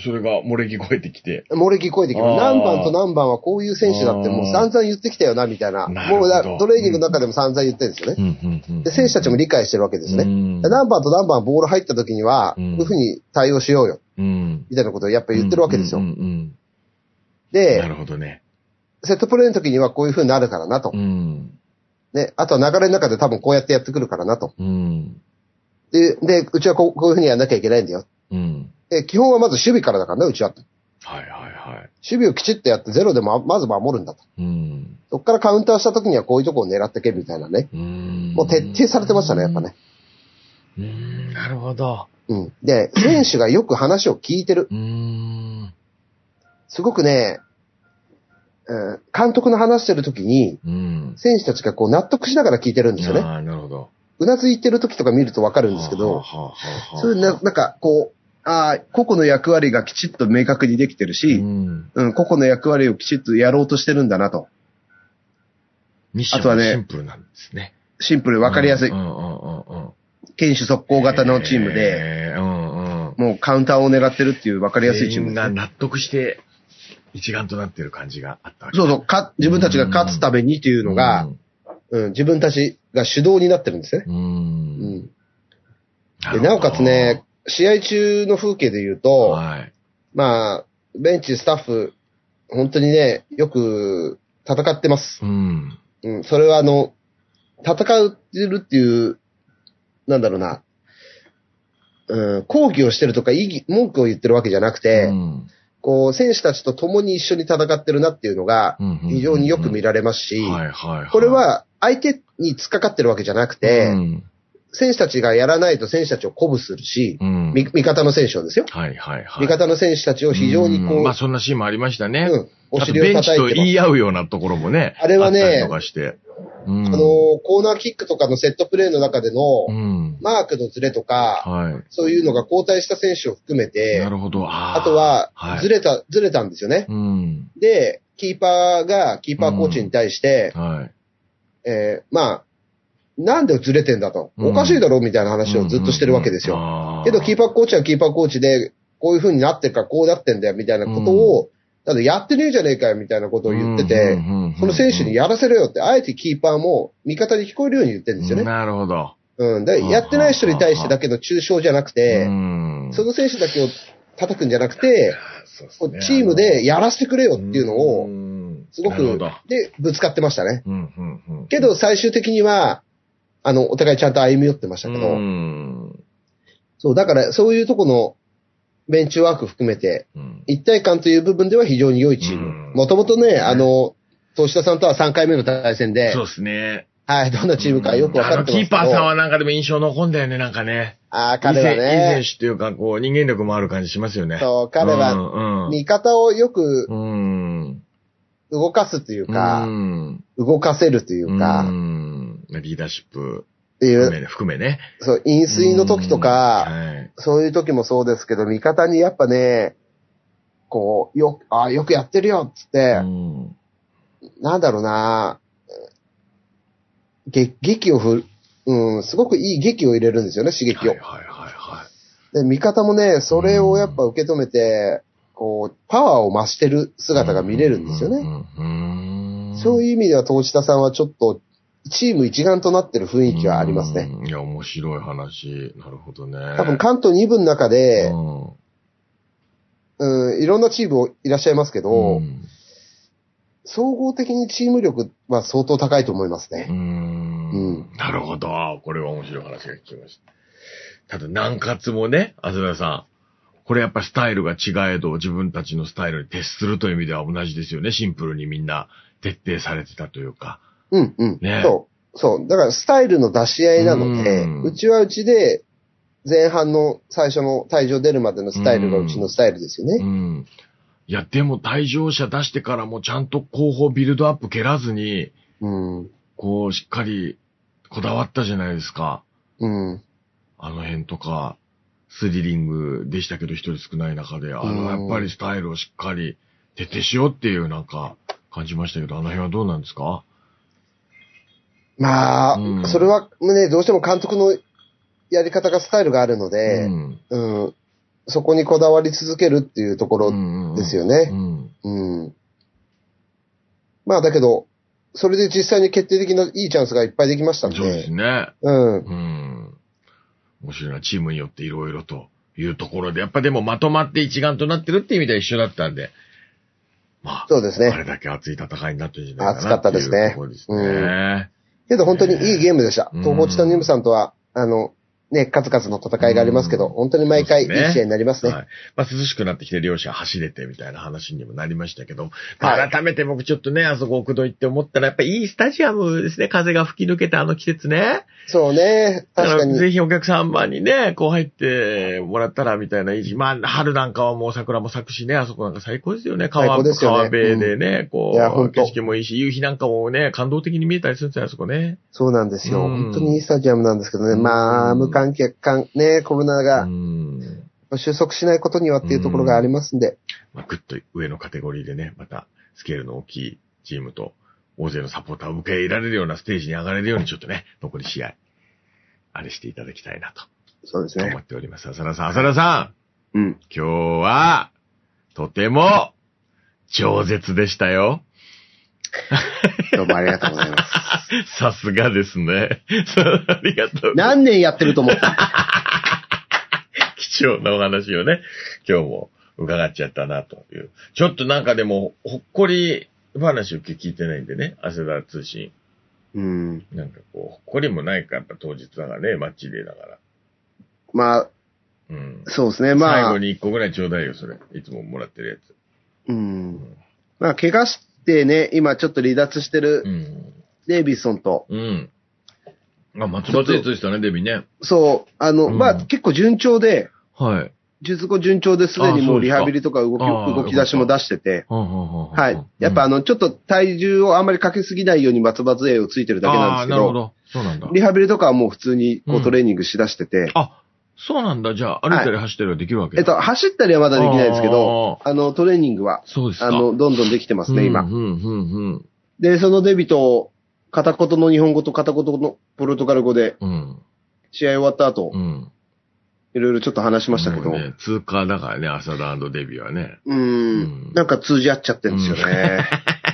[SPEAKER 1] それが漏れ聞こえてきて。
[SPEAKER 2] 漏れ聞こえてきて、
[SPEAKER 1] あー
[SPEAKER 2] 何番と何番はこういう選手だってもう散々言ってきたよな、みたいな。
[SPEAKER 1] なるほど
[SPEAKER 2] もうだトレーニングの中でも散々言ってるんですよね。で、選手たちも理解してるわけです
[SPEAKER 1] う
[SPEAKER 2] ね。
[SPEAKER 1] ん
[SPEAKER 2] で何番と何番ボール入った時には、
[SPEAKER 1] う
[SPEAKER 2] こ
[SPEAKER 1] ん
[SPEAKER 2] ういうふうに対応しようよ、
[SPEAKER 1] うん。
[SPEAKER 2] みたいなことをやっぱり言ってるわけです
[SPEAKER 1] う
[SPEAKER 2] よ
[SPEAKER 1] んう。んうんな
[SPEAKER 2] で、
[SPEAKER 1] るほどね。
[SPEAKER 2] セットプレーの時にはこういうふうになるからなと
[SPEAKER 1] う。ん。
[SPEAKER 2] ね、あとは流れの中で多分こうやってやってくるからなと。
[SPEAKER 1] うん。
[SPEAKER 2] で、でうちはこうこういうふうにやんなきゃいけないんだよ。
[SPEAKER 1] うん。
[SPEAKER 2] で、基本はまず守備からだからね、うちは。
[SPEAKER 1] はいはいは
[SPEAKER 2] 守備をきちっとやってゼロでもまず守るんだと。
[SPEAKER 1] い。うん。
[SPEAKER 2] そこからカウンターした時にはこういうとこを狙ってけみたいなね。
[SPEAKER 1] うん。
[SPEAKER 2] もう徹底されてましたね、やっぱね。
[SPEAKER 1] うん。なるほど。
[SPEAKER 2] うん。で、選手がよく話を聞いてる。
[SPEAKER 1] うん。
[SPEAKER 2] すごくね、うん、監督の話してる時に、
[SPEAKER 1] うん。
[SPEAKER 2] 選手たちがこう納得しながら聞いてるんですよね。
[SPEAKER 1] ああ、なるほど。
[SPEAKER 2] うなずいてる時とか見るとわか
[SPEAKER 1] あ
[SPEAKER 2] るんですけ
[SPEAKER 1] は
[SPEAKER 2] ど、
[SPEAKER 1] あはあはあ
[SPEAKER 2] そういうな、なんかこう、ああ、個々の役割がきちっと明確にできてる
[SPEAKER 1] う
[SPEAKER 2] し、
[SPEAKER 1] ん。
[SPEAKER 2] うん、個々の役割をきちっとやろうとしてるんだなと。
[SPEAKER 1] ミッション
[SPEAKER 2] あとは
[SPEAKER 1] が
[SPEAKER 2] ね
[SPEAKER 1] シンプルなんですね。
[SPEAKER 2] シンプル、わかりやすい
[SPEAKER 1] うん。うんうんうんうん。
[SPEAKER 2] 堅守速攻型のチームで、
[SPEAKER 1] えー。うんうん。
[SPEAKER 2] もうカウンターを狙ってるっていうわかりやすいチー
[SPEAKER 1] 全員
[SPEAKER 2] ムです
[SPEAKER 1] が
[SPEAKER 2] ね。
[SPEAKER 1] 納得して、一丸となってる感じがあったわけ
[SPEAKER 2] そうそう、か、自分たちが勝つためにというのが、、うん、自分たちが主導になってるんですね。
[SPEAKER 1] う。
[SPEAKER 2] うんん。で、なおかつね、試合中の風景で言う
[SPEAKER 1] なるほど、
[SPEAKER 2] と、
[SPEAKER 1] はい。
[SPEAKER 2] まあ、ベンチ、スタッフ、本当にね、よく戦ってます。
[SPEAKER 1] うん。
[SPEAKER 2] うん、それはあの、戦ってるっていう、なんだろうな、うん、抗議をしてるとか、異議、文句を言ってるわけじゃなくて、
[SPEAKER 1] うん
[SPEAKER 2] こう、選手たちと共に一緒に戦ってるなっていうのが、非常によく見られますし、
[SPEAKER 1] はいはいはい。
[SPEAKER 2] これは相手に突っかかってるわけじゃなくて、
[SPEAKER 1] うん
[SPEAKER 2] 選手たちがやらないと選手たちを鼓舞するし、
[SPEAKER 1] うん
[SPEAKER 2] み味方の選手をですよ。
[SPEAKER 1] はいはいはい。
[SPEAKER 2] 味方の選手たちを非常にこう、
[SPEAKER 1] んまあそんなシーンもありましたね。
[SPEAKER 2] うんお
[SPEAKER 1] あと
[SPEAKER 2] 尻を
[SPEAKER 1] ベンチと
[SPEAKER 2] 叩いてま
[SPEAKER 1] 言
[SPEAKER 2] す。
[SPEAKER 1] い合うようなところもね。
[SPEAKER 2] あれはね
[SPEAKER 1] ったりとかして。うん
[SPEAKER 2] あのー、コーナーキックとかのセットプレーの中での、
[SPEAKER 1] うん。
[SPEAKER 2] マークのずれとか、
[SPEAKER 1] は
[SPEAKER 2] そういうのが交代した選手を含め
[SPEAKER 1] い。な
[SPEAKER 2] て、
[SPEAKER 1] るほど。あー
[SPEAKER 2] あとは
[SPEAKER 1] は、い
[SPEAKER 2] ずれた、ずれたんですよね。
[SPEAKER 1] うん。
[SPEAKER 2] で、キーパーが、キーパーコーチに対して、
[SPEAKER 1] はい。
[SPEAKER 2] えーまあ、なんでずれてんだと。
[SPEAKER 1] うん
[SPEAKER 2] おかしいだろみたいな話をずっとしてるわけですよ。
[SPEAKER 1] よ
[SPEAKER 2] けど、キー
[SPEAKER 1] パ
[SPEAKER 2] パーコーチはキーパーコーチで、こういう風になってるからこうなってんだよ、みたいなことを、だってやってねえじゃねえかよ、みたいなことを言ってて、その選手に
[SPEAKER 1] や
[SPEAKER 2] やらせろよって、あえてキーパーも味方に聞こえるように言ってるんですよね。
[SPEAKER 1] なるほど。
[SPEAKER 2] うん。で、やってない人に対してだけの抽象じゃなく
[SPEAKER 1] う
[SPEAKER 2] て、
[SPEAKER 1] ん
[SPEAKER 2] その選手だけを叩くんじゃなくて、
[SPEAKER 1] そうっす
[SPEAKER 2] こ
[SPEAKER 1] ね
[SPEAKER 2] うチームでやらせてくれよっていうの
[SPEAKER 1] う
[SPEAKER 2] を、
[SPEAKER 1] ん
[SPEAKER 2] すご
[SPEAKER 1] なるほ
[SPEAKER 2] く
[SPEAKER 1] ど、
[SPEAKER 2] で、ぶつかってましたね。
[SPEAKER 1] うんうんうん
[SPEAKER 2] けど最終的には、あの、お互いちゃんと歩み寄ってましたけど、
[SPEAKER 1] うん
[SPEAKER 2] そう、だからそういうとこのベンチワーク含めて、
[SPEAKER 1] うん
[SPEAKER 2] 一体感という部分では非常に良いチー
[SPEAKER 1] うん
[SPEAKER 2] ム。もともとね、あの、東下さんとは3回目の対戦で
[SPEAKER 1] そ、うですね。
[SPEAKER 2] はい、どんなチームかよくわか
[SPEAKER 1] あ
[SPEAKER 2] っ
[SPEAKER 1] の、
[SPEAKER 2] て
[SPEAKER 1] キ
[SPEAKER 2] ます
[SPEAKER 1] ー
[SPEAKER 2] けど。
[SPEAKER 1] パーさんはなんかでも印象残んだよね、なんかね。
[SPEAKER 2] ああ、彼はい
[SPEAKER 1] い選いい選。
[SPEAKER 2] ね
[SPEAKER 1] 手っていうか、こう、人間力もある感じしますよね。
[SPEAKER 2] そう、彼は
[SPEAKER 1] は
[SPEAKER 2] 味方をよく
[SPEAKER 1] うん。うん。
[SPEAKER 2] 動かすという
[SPEAKER 1] う
[SPEAKER 2] か、
[SPEAKER 1] ん。
[SPEAKER 2] 動かせるという
[SPEAKER 1] う
[SPEAKER 2] か、
[SPEAKER 1] ん。リーダーシップ
[SPEAKER 2] ってい
[SPEAKER 1] 含
[SPEAKER 2] う、
[SPEAKER 1] め、含めね。
[SPEAKER 2] そう、飲水の時とか、
[SPEAKER 1] うんはい。
[SPEAKER 2] そういう時もそうですけど、味方にやっぱね、こう、よ、ああ、よくやってるよ、つって
[SPEAKER 1] う、ん
[SPEAKER 2] なんだろうな、げ劇をふる、うん、すごくいい劇を入れるんですよね、刺激
[SPEAKER 1] は
[SPEAKER 2] を
[SPEAKER 1] いはい。はいはい。
[SPEAKER 2] で、味方もね、それをやっぱ受け止めて、こう、パワーを増してる姿が見れるんですよね。
[SPEAKER 1] ね
[SPEAKER 2] そう
[SPEAKER 1] いう
[SPEAKER 2] いう意味では、東下さんはちょっと、チーム一丸となってる雰囲気はありますね。
[SPEAKER 1] うん。いや、面白い話。なるほどね。
[SPEAKER 2] 多分、関東2部の中で
[SPEAKER 1] う、
[SPEAKER 2] うん、いろんなチームいらっしゃいますけ
[SPEAKER 1] ん
[SPEAKER 2] ど、総合的にチーム力は相当高いと思います
[SPEAKER 1] う
[SPEAKER 2] ね。
[SPEAKER 1] ん。
[SPEAKER 2] うん
[SPEAKER 1] なるほど。これは面白い話が聞きました。ただ、南葛もね、あずらさん。これやっぱスタイルが違えど、自分たちのスタイルに徹するという意味では同じですよね。シンプルにみんな徹底されてたというか。
[SPEAKER 2] うん、うん。
[SPEAKER 1] ね
[SPEAKER 2] そう。そう。だから、スタイルの出し合いなので、
[SPEAKER 1] うん
[SPEAKER 2] うちはうちで、前半の最初の退場出るまでのスタイルがうちのスタイルですよね。
[SPEAKER 1] うん。いや、でも退場者出してからもちゃんと後方ビルドアップ蹴らずに、
[SPEAKER 2] うん。
[SPEAKER 1] こう、しっかりこだわったじゃないですか。
[SPEAKER 2] うん。
[SPEAKER 1] あの辺とか、スリリングでしたけど一人少ない中で、あの、
[SPEAKER 2] うん
[SPEAKER 1] やっぱりスタイルをしっかり徹底しようっていうなんか感じましたけど、あの辺はどうなんですか
[SPEAKER 2] まあ、
[SPEAKER 1] うん
[SPEAKER 2] それはね、どうしても監督のやり方がスタイルがあるので、
[SPEAKER 1] うん
[SPEAKER 2] うん、そこにこだわり続けるっていうとこ
[SPEAKER 1] う
[SPEAKER 2] ろ
[SPEAKER 1] んうん
[SPEAKER 2] ですよね
[SPEAKER 1] う。ん。
[SPEAKER 2] うん。まあ、だけど、それで実際に決定的ないいチャンスがいっぱいできました
[SPEAKER 1] そ
[SPEAKER 2] んで、
[SPEAKER 1] うですね。
[SPEAKER 2] うん。
[SPEAKER 1] うん。面白いな。チームによっていろいろというところで、やっぱでもまとまって一丸となってるっていう意味では一緒だったんで、まあ、
[SPEAKER 2] そうです
[SPEAKER 1] あれ
[SPEAKER 2] ね。
[SPEAKER 1] だけ熱い戦いになってるんじゃないかな
[SPEAKER 2] 熱かったです
[SPEAKER 1] ってい
[SPEAKER 2] ね
[SPEAKER 1] うところですね。
[SPEAKER 2] けど本当にいいゲームでした。
[SPEAKER 1] うん
[SPEAKER 2] 東方チタニウムさんとは、あの、ね、数々の戦いがありますけど、
[SPEAKER 1] うん
[SPEAKER 2] 本当に毎回いい
[SPEAKER 1] そうですね
[SPEAKER 2] 試合になりますね。
[SPEAKER 1] はい。まあ、涼しくなってきて両者走れてみたいな話にもなりましたけど、
[SPEAKER 2] は
[SPEAKER 1] ま
[SPEAKER 2] い
[SPEAKER 1] あ、改めて僕ちょっとね、あそこ奥戸行って思ったら、やっぱいいスタジアムですね、風が吹き抜けたあの季節ね。
[SPEAKER 2] そうね、
[SPEAKER 1] だ
[SPEAKER 2] 確
[SPEAKER 1] ら
[SPEAKER 2] かに。
[SPEAKER 1] ぜひお客様にね、こう入ってもらったらみたいな意地。まあ、春なんかはもう桜も咲くしね、あそこなんか最高ですよね。川
[SPEAKER 2] 最高ですよね
[SPEAKER 1] 川辺でね、こ
[SPEAKER 2] いやほん
[SPEAKER 1] う、
[SPEAKER 2] と
[SPEAKER 1] 景色もいいし、夕日なんかもね、感動的に見えたりするんですよ、あそこね。
[SPEAKER 2] そうなんですよ。
[SPEAKER 1] うん
[SPEAKER 2] 本当にいいスタジアムなんですけどね。
[SPEAKER 1] うん
[SPEAKER 2] まあ、無観客感、ね、コロナ
[SPEAKER 1] う
[SPEAKER 2] が
[SPEAKER 1] ん。
[SPEAKER 2] 収束しないことにはっていうところがありますんで。
[SPEAKER 1] まあ、ぐっと上のカテゴリーでね、またスケールの大きいチームと大勢のサポーターを受け入れられるようなステージに上がれるようにちょっとね、残り試合、あれしていただきたいな
[SPEAKER 2] そうです
[SPEAKER 1] と思。っております。浅田さん、浅田さん、
[SPEAKER 2] うん。
[SPEAKER 1] 今日は、とても、饒舌でしたよ。
[SPEAKER 2] どうもありがとうござい ます。
[SPEAKER 1] さすがですね。 そうありがとう。
[SPEAKER 2] 何年やってると 思った
[SPEAKER 1] 貴重なお話をね、今日も伺っちゃったなという。ちょっとなんかでも、ほっこり話を聞いてないんでね、浅田通信。
[SPEAKER 2] うん。
[SPEAKER 1] なんかこう、ほっこりもないか、やっぱ当日だからね、マッチデーだから。
[SPEAKER 2] まあ、
[SPEAKER 1] うん。
[SPEAKER 2] そうですね。
[SPEAKER 1] 最後に一個ぐらいちょうだいよ、それ。いつももらってるや
[SPEAKER 2] うん。まあ、怪我してね、今ちょっと離脱して
[SPEAKER 1] つ。う
[SPEAKER 2] る
[SPEAKER 1] ん。
[SPEAKER 2] デイビソンと、
[SPEAKER 1] うん。あ、松葉ついでしたね、デビね。
[SPEAKER 2] そう、あの、
[SPEAKER 1] うん
[SPEAKER 2] まあ、結構順調で、
[SPEAKER 1] はい。
[SPEAKER 2] 術後順調ですでにもうリハビリとか動き、
[SPEAKER 1] あそうですか
[SPEAKER 2] 動き出しも出してて、
[SPEAKER 1] はんはんはんはん
[SPEAKER 2] はい。やっぱ、あの、ちょっと体重をあんまりかけすぎないように松葉杖をついてるだけなんですけ
[SPEAKER 1] ああー、なるほ
[SPEAKER 2] ど、
[SPEAKER 1] ど。そうなんだ。
[SPEAKER 2] リハビリとかはもう普通にこ
[SPEAKER 1] う
[SPEAKER 2] うんトレーニングしだしてて、
[SPEAKER 1] あ、そうなんだ。じゃあ、歩いたり走ったりはできるわけ
[SPEAKER 2] えっと、走ったりはまだできないですけど、
[SPEAKER 1] あ
[SPEAKER 2] あの、トレーニングは、
[SPEAKER 1] そうですか。
[SPEAKER 2] あの、どんどんできてますね、
[SPEAKER 1] うん、
[SPEAKER 2] 今。
[SPEAKER 1] うん、うん、
[SPEAKER 2] で、そのデビと、片言の日本語と片言のポルトガル語で、
[SPEAKER 1] うん。うん。
[SPEAKER 2] 試合終わった後
[SPEAKER 1] う、ん。
[SPEAKER 2] いろいろちょっと話しましたけど、
[SPEAKER 1] もうね、通過だからね、浅田デビは ね。
[SPEAKER 2] う
[SPEAKER 1] うんん、
[SPEAKER 2] なんか通じ合っちゃってるんですよね。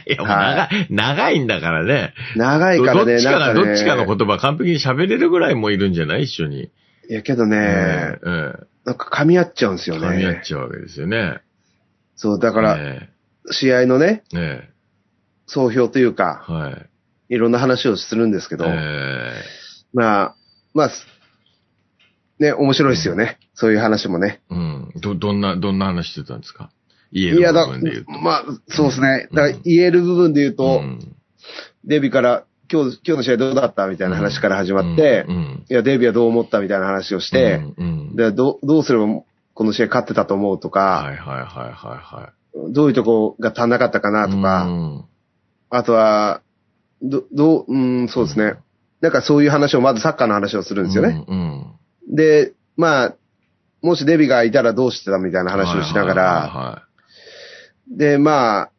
[SPEAKER 1] いや、もう長い、長いんだからね。
[SPEAKER 2] 長い から
[SPEAKER 1] どっ
[SPEAKER 2] ね、
[SPEAKER 1] ちか
[SPEAKER 2] な
[SPEAKER 1] が、
[SPEAKER 2] んか
[SPEAKER 1] ど
[SPEAKER 2] ね。
[SPEAKER 1] っちかの言葉完璧に喋れるぐらいもいるんじゃない一緒に。
[SPEAKER 2] いや、けど
[SPEAKER 1] え
[SPEAKER 2] ね、
[SPEAKER 1] ええ
[SPEAKER 2] なんか噛み合っちゃうんです
[SPEAKER 1] え
[SPEAKER 2] よ
[SPEAKER 1] 噛み合
[SPEAKER 2] ね
[SPEAKER 1] っ。ちゃうわけですよね。
[SPEAKER 2] そう、だから、
[SPEAKER 1] え
[SPEAKER 2] 試合のね、
[SPEAKER 1] えええ
[SPEAKER 2] 総評というか、
[SPEAKER 1] はい。
[SPEAKER 2] いろんな話をするんですけど、
[SPEAKER 1] え
[SPEAKER 2] まあ、まあ、ね、面白いですよね。そういう話もね。
[SPEAKER 1] えうん。ど、どんな、どんな話してたんですか家
[SPEAKER 2] いや、だ、
[SPEAKER 1] の部分で言うと。
[SPEAKER 2] まあ、そうですね。
[SPEAKER 1] うん
[SPEAKER 2] だから言える部分で言うと、
[SPEAKER 1] うん
[SPEAKER 2] デビから、今日、今日の試合どうだったみたいな話から始まって、
[SPEAKER 1] うんうん
[SPEAKER 2] いや、デイビーはどう思ったみたいな話をして、
[SPEAKER 1] うんうん
[SPEAKER 2] でどうどうすればこの試合勝ってたと思うと
[SPEAKER 1] はいはい
[SPEAKER 2] か、
[SPEAKER 1] はいは
[SPEAKER 2] どういうとこが足んなかったか
[SPEAKER 1] いは。
[SPEAKER 2] ないとか、
[SPEAKER 1] うん
[SPEAKER 2] あとは、ど、どう、うん、そうですね。なんかそういう話を、まずサッカーの話をするんですよね。。
[SPEAKER 1] うん
[SPEAKER 2] で、まあ、もしデビがいたらどうしてたみたいな話をしながら、
[SPEAKER 1] は
[SPEAKER 2] で、まあ、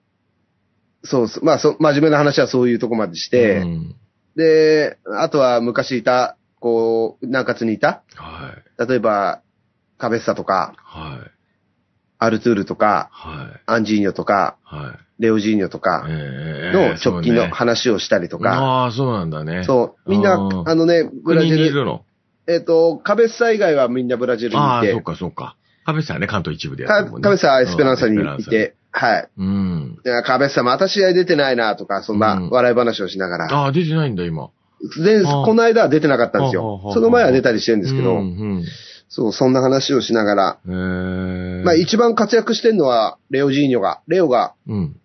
[SPEAKER 2] そうそう、まあそ、真面目な話はそういうとこまでし
[SPEAKER 1] いはいはい
[SPEAKER 2] て、
[SPEAKER 1] うん
[SPEAKER 2] で、あとは昔いた、こう、南葛にいた、
[SPEAKER 1] はい
[SPEAKER 2] 例えば、カベッサとか、
[SPEAKER 1] はい
[SPEAKER 2] アルトゥールとか、
[SPEAKER 1] はい
[SPEAKER 2] アンジーニョとか、
[SPEAKER 1] はい。
[SPEAKER 2] レオジーニョとかの
[SPEAKER 1] の
[SPEAKER 2] 直近の話をしたりとか、
[SPEAKER 1] ああ、そうなんだね。う。
[SPEAKER 2] そう、みんな
[SPEAKER 1] う、ん
[SPEAKER 2] あのね、ブラジ
[SPEAKER 1] にい
[SPEAKER 2] ル、
[SPEAKER 1] るの
[SPEAKER 2] えっと、カベッサ以外はみんなブラジルに
[SPEAKER 1] ああ、そ
[SPEAKER 2] い
[SPEAKER 1] っ
[SPEAKER 2] て、
[SPEAKER 1] かそっか。カベさんね、関東一部でやって
[SPEAKER 2] か
[SPEAKER 1] るもんね
[SPEAKER 2] カベッサはエスペランサにい。
[SPEAKER 1] うんエスペラン
[SPEAKER 2] て、はい。
[SPEAKER 1] サうん。
[SPEAKER 2] でカベッサまた試合出てないなとか、そんな
[SPEAKER 1] うん
[SPEAKER 2] 笑い話をしながら、
[SPEAKER 1] ああ、出てないんだ、今。
[SPEAKER 2] で、
[SPEAKER 1] ああ
[SPEAKER 2] この間は出てなかったんです
[SPEAKER 1] ほうほうほうほ
[SPEAKER 2] よ。
[SPEAKER 1] う
[SPEAKER 2] その前は出たりしてるん
[SPEAKER 1] で
[SPEAKER 2] ですけど、
[SPEAKER 1] うん
[SPEAKER 2] そう、そんな話をしながら、
[SPEAKER 1] うん。へえ。
[SPEAKER 2] まあ一番活躍してるのはレオジーニョが、レオが
[SPEAKER 1] うん。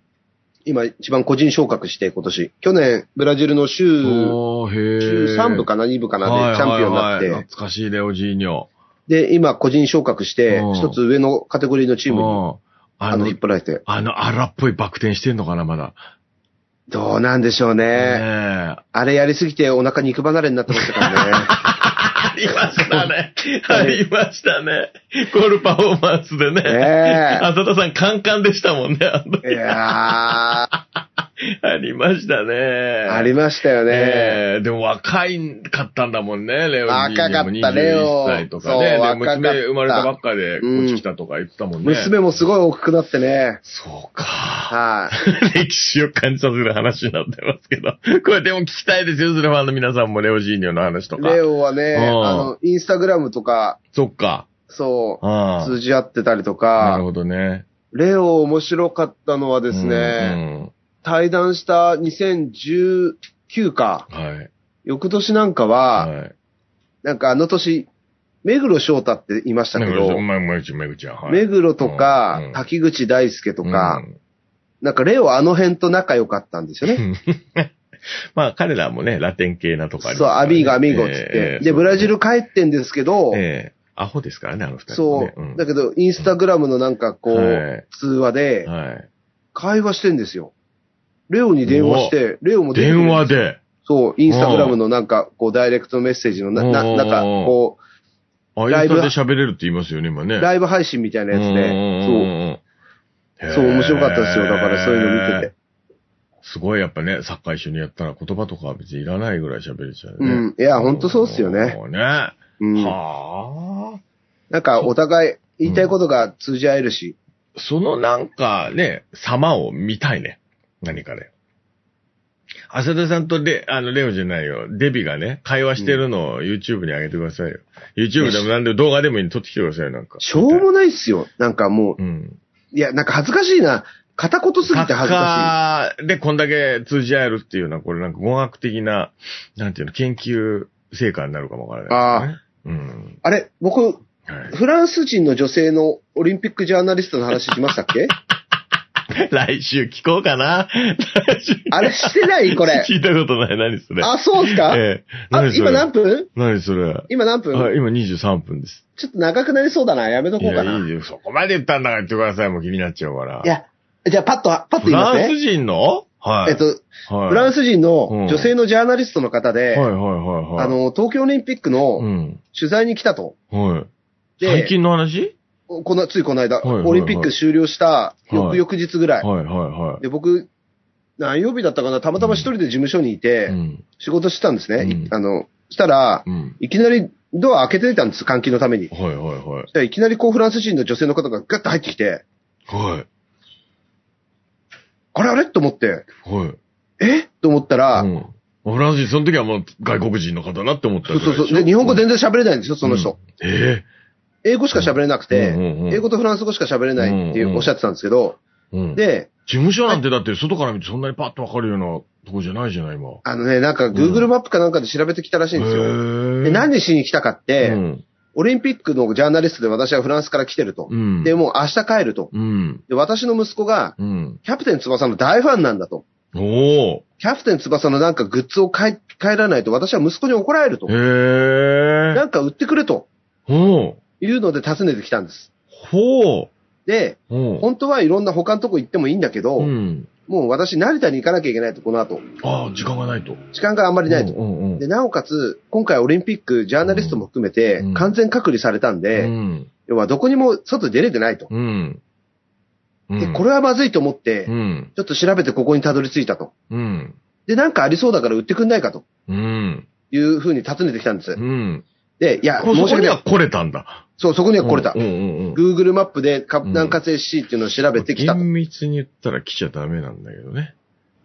[SPEAKER 2] 今一番個人昇格して今年、去年ブラジルの州、
[SPEAKER 1] おー、へえ。
[SPEAKER 2] 州3部かな2部かなでチャンピオンになっ
[SPEAKER 1] はいはいはい
[SPEAKER 2] て、
[SPEAKER 1] 懐かしいレオジーニョ。
[SPEAKER 2] で、今個人昇格して
[SPEAKER 1] うん、
[SPEAKER 2] 一つ上のカテゴリーのチームに、
[SPEAKER 1] うんあ
[SPEAKER 2] あの、
[SPEAKER 1] の
[SPEAKER 2] 引っ、張られて、
[SPEAKER 1] あの荒っぽいバク転してんのかな、まだ。
[SPEAKER 2] どうなんでしょうね。
[SPEAKER 1] ねえ。
[SPEAKER 2] あれやりすぎてお腹肉離れになってましたからね。
[SPEAKER 1] ありましたね。 ありましたね。ゴールパフォーマンスでね。
[SPEAKER 2] ねえ
[SPEAKER 1] 浅田さん、カンカンでしたもんね。あの
[SPEAKER 2] いやー、
[SPEAKER 1] ありましたね。
[SPEAKER 2] ありましたよね。
[SPEAKER 1] ええでも若いかったんだもんね、レオ
[SPEAKER 2] 若かった
[SPEAKER 1] ジーニも21歳とかね。
[SPEAKER 2] レオ
[SPEAKER 1] で
[SPEAKER 2] そう若かった
[SPEAKER 1] 娘生まれたばっかで、こっち来たとか言ってたもんね。
[SPEAKER 2] 娘もすごい大きくなってね。
[SPEAKER 1] そうか。
[SPEAKER 2] はい。
[SPEAKER 1] 歴史を感じさせる話になってますけど。 これでも聞きたいですよ、それファンの皆さんも、レオジーニョの話とか。
[SPEAKER 2] レオはね、
[SPEAKER 1] うん
[SPEAKER 2] あの、インスタグラムとか、
[SPEAKER 1] そっか。
[SPEAKER 2] そ
[SPEAKER 1] あ
[SPEAKER 2] う、
[SPEAKER 1] あ
[SPEAKER 2] 通じ合ってたりと
[SPEAKER 1] なる
[SPEAKER 2] か、
[SPEAKER 1] ほどね。
[SPEAKER 2] レオ面白かったのはですね、対談した2019か、
[SPEAKER 1] うん。うんはい。
[SPEAKER 2] 翌年なんかは、
[SPEAKER 1] はい。
[SPEAKER 2] なんかあの年、目黒翔太って言いましたけど
[SPEAKER 1] う、まい、うまい、うまい、ちゃん。はい。
[SPEAKER 2] 目黒とか、
[SPEAKER 1] うん
[SPEAKER 2] 滝口大輔とか、
[SPEAKER 1] うん
[SPEAKER 2] なんかレオはあの辺と仲良かったんですよね。
[SPEAKER 1] まあ、彼らもね、ラテン系なとこあり
[SPEAKER 2] そう、アミーゴ、アミーゴ
[SPEAKER 1] ゴ
[SPEAKER 2] っつって。で、ブラジル帰ってんですけど、
[SPEAKER 1] ええアホですからね、あの二人も
[SPEAKER 2] そ
[SPEAKER 1] ね。
[SPEAKER 2] う。だけど、インスタグラムのなんかこ
[SPEAKER 1] は
[SPEAKER 2] う
[SPEAKER 1] い、
[SPEAKER 2] 通話で
[SPEAKER 1] ん、はい。
[SPEAKER 2] 会話してんですよ。レオに電話して、レオも出てくる
[SPEAKER 1] 電話で。
[SPEAKER 2] そう、インスタグラムのなんか、こう、ダイレクトメッセージのな、な、
[SPEAKER 1] おー
[SPEAKER 2] なんか、こ
[SPEAKER 1] あ、イン
[SPEAKER 2] ライ
[SPEAKER 1] ス
[SPEAKER 2] ブ
[SPEAKER 1] タで喋れるって言いますよね、今
[SPEAKER 2] う、
[SPEAKER 1] ね。
[SPEAKER 2] ライブ配信みたいなやつで、
[SPEAKER 1] で
[SPEAKER 2] そう、そう、面白かったですよ。だからそういうの見てて。。
[SPEAKER 1] すごい、やっぱね、サッカー一緒にやったら言葉とかは別にいらないぐらい喋れちゃう
[SPEAKER 2] う
[SPEAKER 1] ね。
[SPEAKER 2] ん。いや、ほんとそうっすよね。
[SPEAKER 1] そうね。は
[SPEAKER 2] うん。
[SPEAKER 1] あ。
[SPEAKER 2] なんか、お互い、言いたいことが通じ合えるし、
[SPEAKER 1] そのなんかね、様を見たいね。何かね。浅田さんとレ、あの、レオじゃないよ。デビがね、会話してるのを YouTube に上げてくださいよ。YouTube でも何でも動画でもいいんで撮ってきてくださいよ、なんか。
[SPEAKER 2] しょうもないっすよ。なんかもう、
[SPEAKER 1] うん。
[SPEAKER 2] いや、なんか恥ずかしいな。片言す
[SPEAKER 1] サ
[SPEAKER 2] ぎ
[SPEAKER 1] ッ
[SPEAKER 2] て恥ずか
[SPEAKER 1] カーでこんだけ通じ合えるっていうのは、これなんか語学的な、なんていうの、研究成果になるかもわからない、ね。ああ。うん
[SPEAKER 2] しい。。あれ、僕、
[SPEAKER 1] はい
[SPEAKER 2] フランス人の女性のオリンピックジャーナリストの話しましたっ け
[SPEAKER 1] 来週聞こうかな。来週
[SPEAKER 2] あれしてないこれ。
[SPEAKER 1] 聞いたことない。何それ。
[SPEAKER 2] あ、そうっすか、
[SPEAKER 1] ええ。
[SPEAKER 2] あ
[SPEAKER 1] 何それ
[SPEAKER 2] 今何分
[SPEAKER 1] 何それ。
[SPEAKER 2] 今何分、
[SPEAKER 1] あ今23分です。
[SPEAKER 2] ちょっと長くなりそうだな。やめと
[SPEAKER 1] い
[SPEAKER 2] こう
[SPEAKER 1] や、
[SPEAKER 2] かな。
[SPEAKER 1] いいよ。そこまで言ったんだから言ってください。もう気になっちゃうから。
[SPEAKER 2] いや、じゃあパッと、パッと
[SPEAKER 1] フ
[SPEAKER 2] 言います
[SPEAKER 1] ラン
[SPEAKER 2] ね。
[SPEAKER 1] ス人のはい。
[SPEAKER 2] えっ、と、
[SPEAKER 1] はい、
[SPEAKER 2] フラン
[SPEAKER 1] ス
[SPEAKER 2] ス人の女性のジャーナリストの方
[SPEAKER 1] はい
[SPEAKER 2] で、
[SPEAKER 1] はいはいはい。
[SPEAKER 2] あ、の、東京オリンピック
[SPEAKER 1] う
[SPEAKER 2] の
[SPEAKER 1] ん。
[SPEAKER 2] 取材に来たと。
[SPEAKER 1] はい。
[SPEAKER 2] で
[SPEAKER 1] 最近の話
[SPEAKER 2] このついこの間、
[SPEAKER 1] はいはいはい
[SPEAKER 2] オリンピック終了した翌々日ぐらい。
[SPEAKER 1] はいはいは
[SPEAKER 2] で、僕、何曜日だったかなたまたま一人で事務所にいて、
[SPEAKER 1] い。うん。
[SPEAKER 2] 仕事してたんですね。
[SPEAKER 1] うん
[SPEAKER 2] いあの、したら
[SPEAKER 1] う、ん。
[SPEAKER 2] いきなりドア開けてたんです、換気のために。
[SPEAKER 1] はいはいはい
[SPEAKER 2] そし。たらいきなりこうフランス人の女性の方がガッと入ってきて、
[SPEAKER 1] はい。
[SPEAKER 2] あれあれと思って、
[SPEAKER 1] はい。
[SPEAKER 2] えと思ったら、
[SPEAKER 1] うん。フランス人、その時はもう外国人の方だなって思った
[SPEAKER 2] そう
[SPEAKER 1] ぐらい
[SPEAKER 2] そ
[SPEAKER 1] でしょ
[SPEAKER 2] うそう。で、日本語全然喋れないんですよ、その人。。
[SPEAKER 1] うんえ
[SPEAKER 2] 英語しか喋れなく
[SPEAKER 1] え
[SPEAKER 2] て、
[SPEAKER 1] うんうんうん
[SPEAKER 2] 英語とフランス語しか喋れないっていう
[SPEAKER 1] うんうん
[SPEAKER 2] おっしゃってたんですけど、
[SPEAKER 1] うん
[SPEAKER 2] で、
[SPEAKER 1] 事務所なんてだって外から見てそんなにパッとわかるようなとこじゃないじゃない、今。
[SPEAKER 2] あのね、なんか Google マップかなんかで調べてきたらしいんですよ。
[SPEAKER 1] よ
[SPEAKER 2] で、何しに来たかって、
[SPEAKER 1] うん。
[SPEAKER 2] オリンピックのジャーナリストで私はフランスから来てると
[SPEAKER 1] う。ん。
[SPEAKER 2] で、もう明日帰ると。
[SPEAKER 1] うん。
[SPEAKER 2] で、私の息子が、
[SPEAKER 1] うん。
[SPEAKER 2] キャプテン翼の大ファンなんだと。
[SPEAKER 1] お
[SPEAKER 2] キャプテン翼のなんかグッズを買い、帰らないと私は息子に怒られると
[SPEAKER 1] お。。へ
[SPEAKER 2] な
[SPEAKER 1] え。
[SPEAKER 2] んか売ってくれと
[SPEAKER 1] おう
[SPEAKER 2] いうので訪ねてきたんです。
[SPEAKER 1] ほう。
[SPEAKER 2] で、
[SPEAKER 1] ほ
[SPEAKER 2] 本当はいろんな他のとこ行ってもいいんだけど、
[SPEAKER 1] うん。
[SPEAKER 2] もう私成田に行かなきゃいけないと、この後。
[SPEAKER 1] ああ、時間がないと。
[SPEAKER 2] 時間があんまりないと。
[SPEAKER 1] うんうんうん。
[SPEAKER 2] で、なおかつ、今回オリンピック、ジャーナリストも含めて
[SPEAKER 1] うん、
[SPEAKER 2] 完全隔離されたんで、
[SPEAKER 1] うん。
[SPEAKER 2] 要はどこにも外出れてないと。
[SPEAKER 1] うん。うん
[SPEAKER 2] で、これはまずいと思って
[SPEAKER 1] う、ん。
[SPEAKER 2] ちょっと調べてここにたどり着いたと。
[SPEAKER 1] うん。
[SPEAKER 2] で、なんかありそうだから売ってくんないかと
[SPEAKER 1] うん。
[SPEAKER 2] いうふうに尋ねてきたんです
[SPEAKER 1] う。ん。
[SPEAKER 2] で、いや、
[SPEAKER 1] こ
[SPEAKER 2] 申
[SPEAKER 1] そ
[SPEAKER 2] し
[SPEAKER 1] こ
[SPEAKER 2] 訳
[SPEAKER 1] に
[SPEAKER 2] ない。
[SPEAKER 1] は来れたんだ。
[SPEAKER 2] そう、そこには来れた
[SPEAKER 1] うん。うんうん。
[SPEAKER 2] Google マップで
[SPEAKER 1] ん
[SPEAKER 2] 南南西 SC っていうのを調べてきたと。
[SPEAKER 1] 厳密に言ったら来ちゃダメなんだけどね。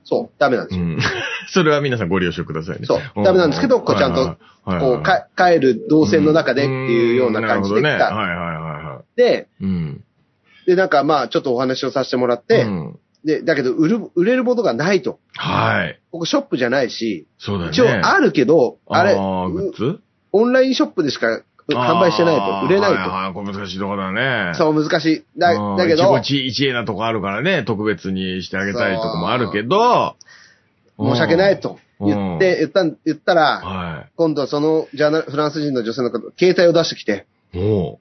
[SPEAKER 2] そう、ダメなんで
[SPEAKER 1] う
[SPEAKER 2] すよ。
[SPEAKER 1] ん。 それは皆さんご了承くださいね。
[SPEAKER 2] そう
[SPEAKER 1] うん
[SPEAKER 2] ダメなんですけどこうちゃんと、
[SPEAKER 1] はいはいはい
[SPEAKER 2] こう、か帰る動線の中でっていうような感じで来
[SPEAKER 1] うんなるほどね。
[SPEAKER 2] た。
[SPEAKER 1] はいはいはいは
[SPEAKER 2] で、
[SPEAKER 1] い。うん。
[SPEAKER 2] で、なんかまあ、ちょっとお話をさせてもらっ
[SPEAKER 1] う
[SPEAKER 2] て、
[SPEAKER 1] ん
[SPEAKER 2] で、だけど売る、売れるものがないと。
[SPEAKER 1] はい。
[SPEAKER 2] ここショップじゃないし、
[SPEAKER 1] そうだよね。
[SPEAKER 2] 一応あるけど、あれ、
[SPEAKER 1] ーグッズ
[SPEAKER 2] オンラインショップでしか販売してないと、売れない
[SPEAKER 1] あーはいはい、これ難しいとこだね
[SPEAKER 2] と。。そう、難しい。だ
[SPEAKER 1] うん
[SPEAKER 2] だけど、
[SPEAKER 1] 一期一会なとこあるからね、特別にしてあげたいとこもあるけど、
[SPEAKER 2] 申し訳ないと言って、言ったん、言った
[SPEAKER 1] うん。
[SPEAKER 2] ら、
[SPEAKER 1] は
[SPEAKER 2] 今度はそのジャーナ、フランス人の女性の方、携帯を出してきて、
[SPEAKER 1] い。も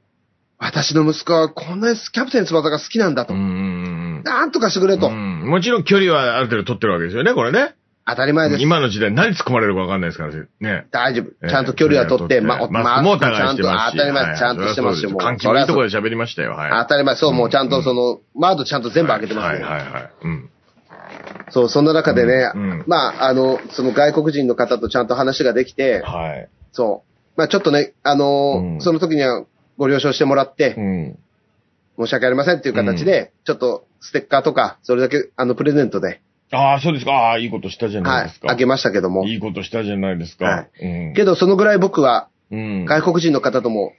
[SPEAKER 2] 私の息子はこんなにキャプテン翼が好きなんだ
[SPEAKER 1] う、
[SPEAKER 2] と
[SPEAKER 1] う。ん。
[SPEAKER 2] なんとかしてくれと
[SPEAKER 1] う。んもちろん距離はある程度取ってるわけですよね、これね。
[SPEAKER 2] 当たり前です。
[SPEAKER 1] 今の時代何突っ込まれるかわかんないですからね。
[SPEAKER 2] 大丈
[SPEAKER 1] え
[SPEAKER 2] 夫。
[SPEAKER 1] え
[SPEAKER 2] ちゃんと距離は取って、ま、
[SPEAKER 1] マスクもお
[SPEAKER 2] ちゃ
[SPEAKER 1] 互い
[SPEAKER 2] ん
[SPEAKER 1] して
[SPEAKER 2] と、
[SPEAKER 1] ますし。
[SPEAKER 2] 当たり
[SPEAKER 1] は
[SPEAKER 2] 前、
[SPEAKER 1] い
[SPEAKER 2] ちゃんとしてますよ、
[SPEAKER 1] そ
[SPEAKER 2] も
[SPEAKER 1] う
[SPEAKER 2] う。
[SPEAKER 1] です換気
[SPEAKER 2] そ
[SPEAKER 1] もい
[SPEAKER 2] り
[SPEAKER 1] い
[SPEAKER 2] ゃ
[SPEAKER 1] と
[SPEAKER 2] そ
[SPEAKER 1] こ
[SPEAKER 2] う
[SPEAKER 1] で喋りましたよ、はい。
[SPEAKER 2] 当たり前、そう、もうちゃんとその、窓ちゃんと全部開けてます
[SPEAKER 1] はい
[SPEAKER 2] よ
[SPEAKER 1] はいはい。うん。
[SPEAKER 2] そう、そんな中でね
[SPEAKER 1] うんうん、
[SPEAKER 2] まあ、あの、その外国人の方とちゃんと話ができて、
[SPEAKER 1] はい。
[SPEAKER 2] そう。まあちょっとね、あ
[SPEAKER 1] う
[SPEAKER 2] の
[SPEAKER 1] ん
[SPEAKER 2] ーその時にはご了承してもらって、
[SPEAKER 1] ん。
[SPEAKER 2] 申し訳ありませんっていう形で、ちょっとステッカーとか、それだけ、あの、プレゼントで、
[SPEAKER 1] ああ、そうですか。ああ、いいことしたじゃな
[SPEAKER 2] はいい
[SPEAKER 1] です、か。
[SPEAKER 2] あげましたけども。
[SPEAKER 1] いいことしたじゃないですか。
[SPEAKER 2] は
[SPEAKER 1] うん。
[SPEAKER 2] けど、そのぐらい僕は、
[SPEAKER 1] うん。
[SPEAKER 2] 外国人の方とも、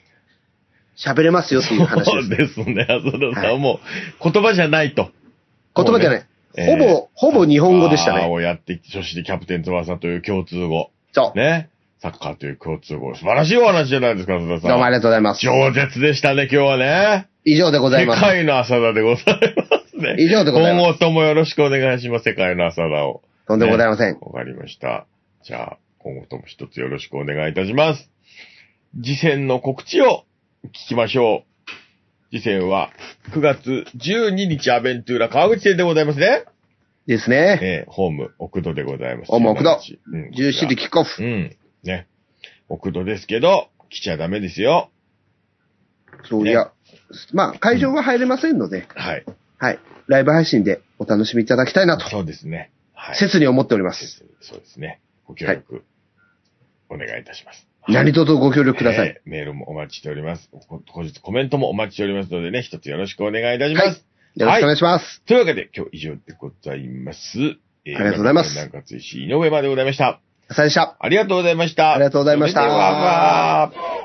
[SPEAKER 2] 喋れますよっていう話
[SPEAKER 1] そ
[SPEAKER 2] で
[SPEAKER 1] う
[SPEAKER 2] す。
[SPEAKER 1] ですね。浅田さ
[SPEAKER 2] は
[SPEAKER 1] ん、もう、言葉じゃないと。
[SPEAKER 2] 言葉じゃない。
[SPEAKER 1] え
[SPEAKER 2] ほ
[SPEAKER 1] ー
[SPEAKER 2] ぼ、ほぼ日本語でし
[SPEAKER 1] サッ
[SPEAKER 2] た
[SPEAKER 1] カー
[SPEAKER 2] ね。
[SPEAKER 1] をやってきて、そしてキャプテン翼という共通語。
[SPEAKER 2] そう。
[SPEAKER 1] ね。サッカーという共通語。素晴らしいお話じゃないですか、浅田さん。
[SPEAKER 2] どうもありがとうございます。
[SPEAKER 1] 饒舌でしたね、今日はね。
[SPEAKER 2] 以上でござい
[SPEAKER 1] 世
[SPEAKER 2] ます。
[SPEAKER 1] 界の浅田でございますね。
[SPEAKER 2] 以上でございます
[SPEAKER 1] 今後ともよろしくお願いします、世界の浅田を。
[SPEAKER 2] とんでもございません。
[SPEAKER 1] わかりました。じゃあ、今後とも一つよろしくお願いいたします。次戦の告知を聞きましょう。次戦は9月12日アベントゥーラ川口店でございますね。
[SPEAKER 2] ですね。
[SPEAKER 1] えーホーム奥戸でございます。
[SPEAKER 2] ホーム奥戸
[SPEAKER 1] うん
[SPEAKER 2] 17時キックオフ
[SPEAKER 1] う。ん。ね。奥戸ですけど、来ちゃダメですよ。
[SPEAKER 2] そう
[SPEAKER 1] ね
[SPEAKER 2] いや、まあ、会場は入れませんので、
[SPEAKER 1] はい。
[SPEAKER 2] はい。ライブ配信でお楽しみいただきたいなと、
[SPEAKER 1] そうですね。はい。
[SPEAKER 2] 切に思っております。
[SPEAKER 1] そうですね。ご協力、お願いいたします。
[SPEAKER 2] 何卒ご協力ください。
[SPEAKER 1] えーメールもお待ちしております。こ後日コメントもお待ちしておりますのでね、一つよろしくお願いいたします。
[SPEAKER 2] はいよろしくお願いします。
[SPEAKER 1] というわけで、今日以上でございます。えー
[SPEAKER 2] ありがとうございます
[SPEAKER 1] 南葛石井上までございました。
[SPEAKER 2] さよならでした。
[SPEAKER 1] ありがとうございました。
[SPEAKER 2] ありがとうございました
[SPEAKER 1] それではまあ